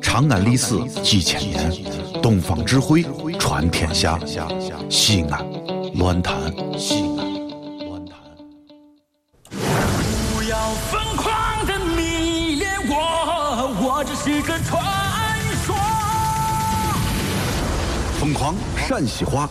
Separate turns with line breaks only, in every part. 长安历史几千年，东方智慧传天下。西安，乱谈西安，乱谈。
不要疯狂的迷恋我，我只是个传说。
疯狂陕西话，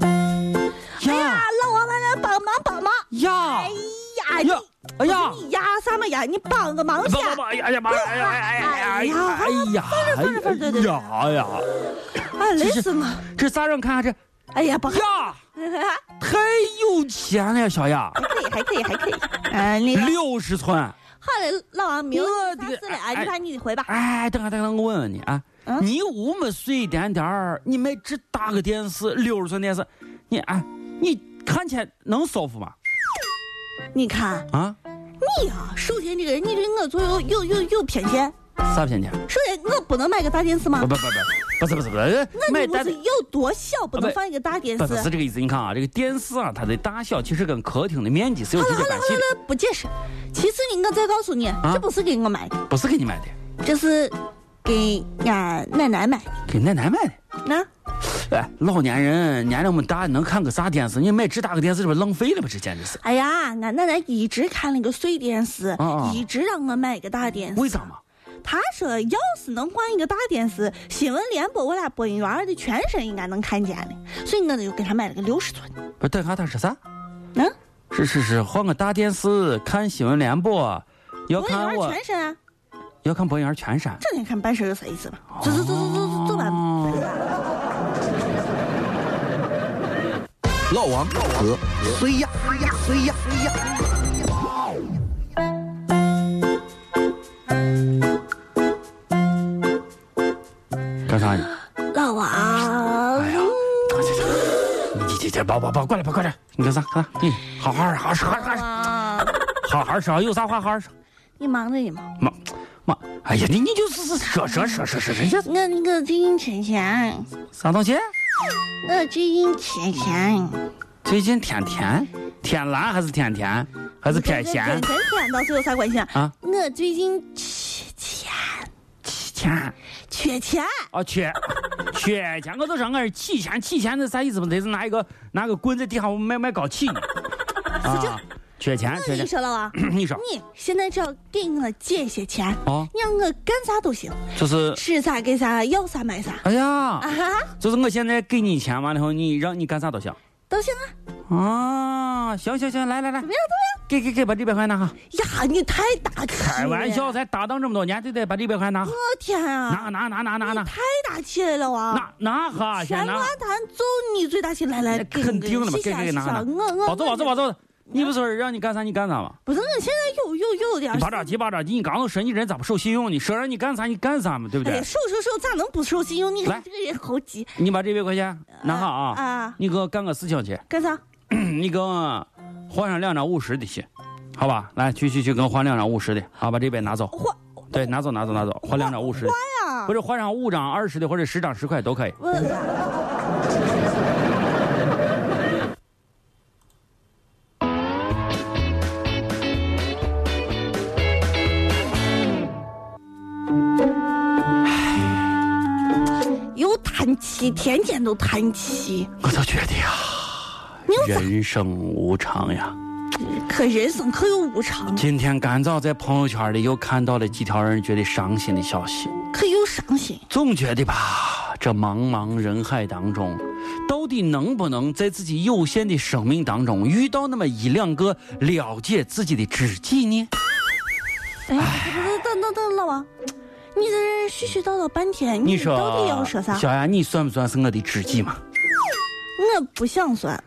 哎呀，老王来来帮忙帮忙！
呀
哎呀，你
呀哎呀
你呀什么呀？你帮个忙去！
哎呀呀妈！哎呀哎呀哎呀！哎呀！哎呀呀！
哎，累死我！
这咋让看这
哎呀，不好，
呀？
还
太有钱了，小雅，
可 以，还可以，还可以。 哎，那个
六十寸。
好嘞，老王没有
我的
啥事了啊，
哎
你把你回吧。
哎，等下等下，我问问你啊，你五么岁一点点儿，你买这大个电视，六十寸电视，你哎，你看起来能舒服吗？
你看
啊，
你呀，首先这个人，你对我就有有有有偏见。
啥偏见？
首先，我不能买个大电视吗
不？不不不，不是不是不是，
那
买
你屋
单
子有多小，不
啊
能
不
放一个大电视？
不
好
不
了
是这个意思，你看啊，这个电视啊，它的大小其实跟客厅的面积是有
好
直
了好
接
了
关系
好了，不解释。其次呢，我再告诉你，
啊
这不是给我买的，
的，不是给你买的，
这是给俺奶奶买的。
给奶奶买的。
那。
哎，老年人年龄么大，能看个啥电视？你买这大个电视，这不浪费了吧？这简直是，
哎呀，俺奶奶一直看那个碎电视
啊，
一直让我买一个大电视。
为啥嘛？
她说，要是能换一个大电视，新闻联播我俩播音员的全身应该能看见的。所以我就给她买了个六十寸的。
不是，等下他说啥？
嗯，
是是是，换个大电视看新闻联播，要
播音
看
员
我
全身啊，
要看播音员全删。
整天看半身有啥意思吧？
哦
走走走走走走吧。
老王和谁呀？谁呀？谁呀？
干啥呢？
老王
哎，呀，等下等下，你这这别别别过来别过来，你干啥干啥？你好好好好说好好说
啊，
好好说，有啥话好好说。
你忙着你忙。
妈妈，哎呀，你你就是说说说说说说
我我最近天天，
啥东西？
我最近天天，
嗯最近天天天蓝还是天天还是偏咸
跟？天天倒是有啥关系啊
啊？
我最近缺钱，
七千
缺钱。
啊，缺缺钱，我就说我是七千七千，这啥意思嘛？得是拿一个拿个棍在地上迈迈高起呢。啊，缺钱
我
缺
跟你
钱，
说了 啊，
你说
你现在只要给我借些钱，
啊，
你让我干啥都行，
就是
吃啥给啥，要啥买啥
哎呀
啊，哈，
就是我现在给你钱完了以后，你让你干啥都行。
都行啊。
啊，行行行，来来来，
怎么样？
给给给，把这百块拿哈。
怎么样？呀，你太大气了！
开玩笑，
我
咱搭档这么多年，对不对？把这百块拿哈。
天
拿
啊！
拿拿拿拿拿
太大气了，老王。
拿拿哈，
全
先拿
论，坛就你最大气，来来，给啊
肯定了嘛，
谢
给
谢
给给拿
谢谢
拿，
我我
保走保走保
我
走，你不是说让你干啥你干啥吗？
不是，我现在有有有点
你别着急别着急，你刚都说你人咋不守信用呢？说让你干啥你干啥嘛，对不
哎
对
呀，？守守守，咋能不守信用？你看
来
这个人猴急，
你把这百块钱拿哈
啊
啊
啊，
你给我干个事情去，
干啥？
你给我换上两张五十的去，好吧？来去去去，给我换两张五十的，啊，把这边拿走。
换
对，拿走拿走拿走，换两张五十的，
呀
或！者换上五张二十的，或者十张十块都可以。
我又叹气，天天都叹气。
我都觉得呀，人生无常呀。
可人生可有无常，
今天赶早在朋友圈里又看到了几条让人觉得伤心的消息，
可有伤心。
总觉得吧，这茫茫人海当中，到底能不能在自己有限的生命当中遇到那么一两个了解自己的知己呢？
哎，等等等，老王，你在这絮絮叨叨半天，
你
你
说，
到底要说啥？
小雅，你算不算是我的知己嘛？
我不想算。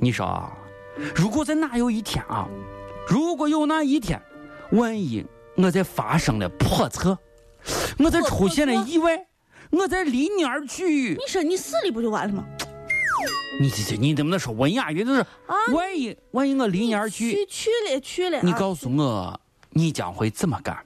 你说啊，如果在哪有一天啊，如果有那一天，万一我在发生了叵测，我在出现了意外，我在离你而去。
你说你死了不就完了吗？
你这这，你能不能说文雅一点？就是，万一万一我啊离你而去，
啊去去了去了啊。
你告诉我，你将会怎么干？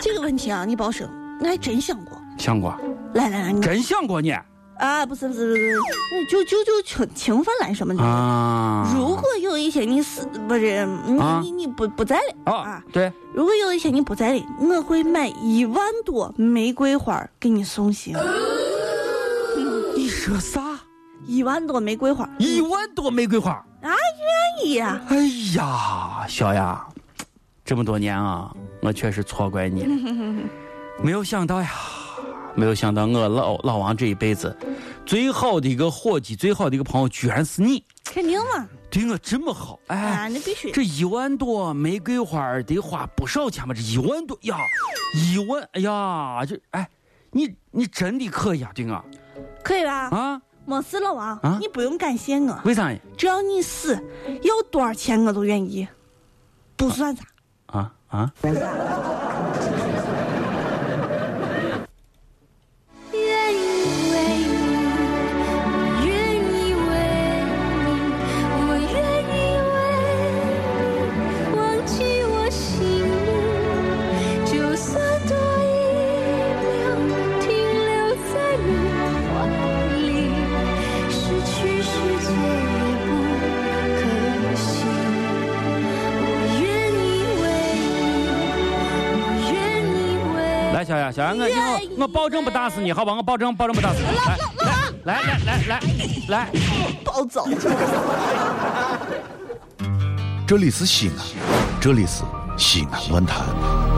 这个问题啊，你别说，我还真想过。
想过？
来来来，你
真想过你
啊，不是不是不是，不是就就就情情分来什么的。
啊？
如果有有一些你死不是嗯你、
啊
你你不不在了
啊，对，
如果有一些你不在了，我会买一万朵玫瑰花儿给你送行。
你说啥？
一万朵玫瑰花儿，
一万朵玫瑰花。
愿意啊呀？
哎呀，小雅，这么多年啊，我确实错怪你了。 没有想到呀，没有想到我老老王这一辈子，最好的一个伙计，最好的一个朋友，居然是你，
肯定嘛！
对我这么好，哎。
啊，那必须。
啊这一万朵玫瑰花儿得花不少钱吧？这一万多呀，一万，哎呀，这哎，你你真的可以啊，对我
可以吧？
啊？
没事，老王
啊，
你不用感谢我，
为啥呀？
只要你死，要多少钱我都愿意，不算啥。
啊啊！
愿意为你，愿意为你，我愿意为你忘记我心里，就算多一秒停留在你怀里，失去世界也不可惜。我愿意为你，我愿意为你。
来，小雅，小雅，我以后我保证不打死你，好吧？我保证，保证不打死你。来，来，来，来，来，来，
暴躁，
这里是西安，这里是西安论坛。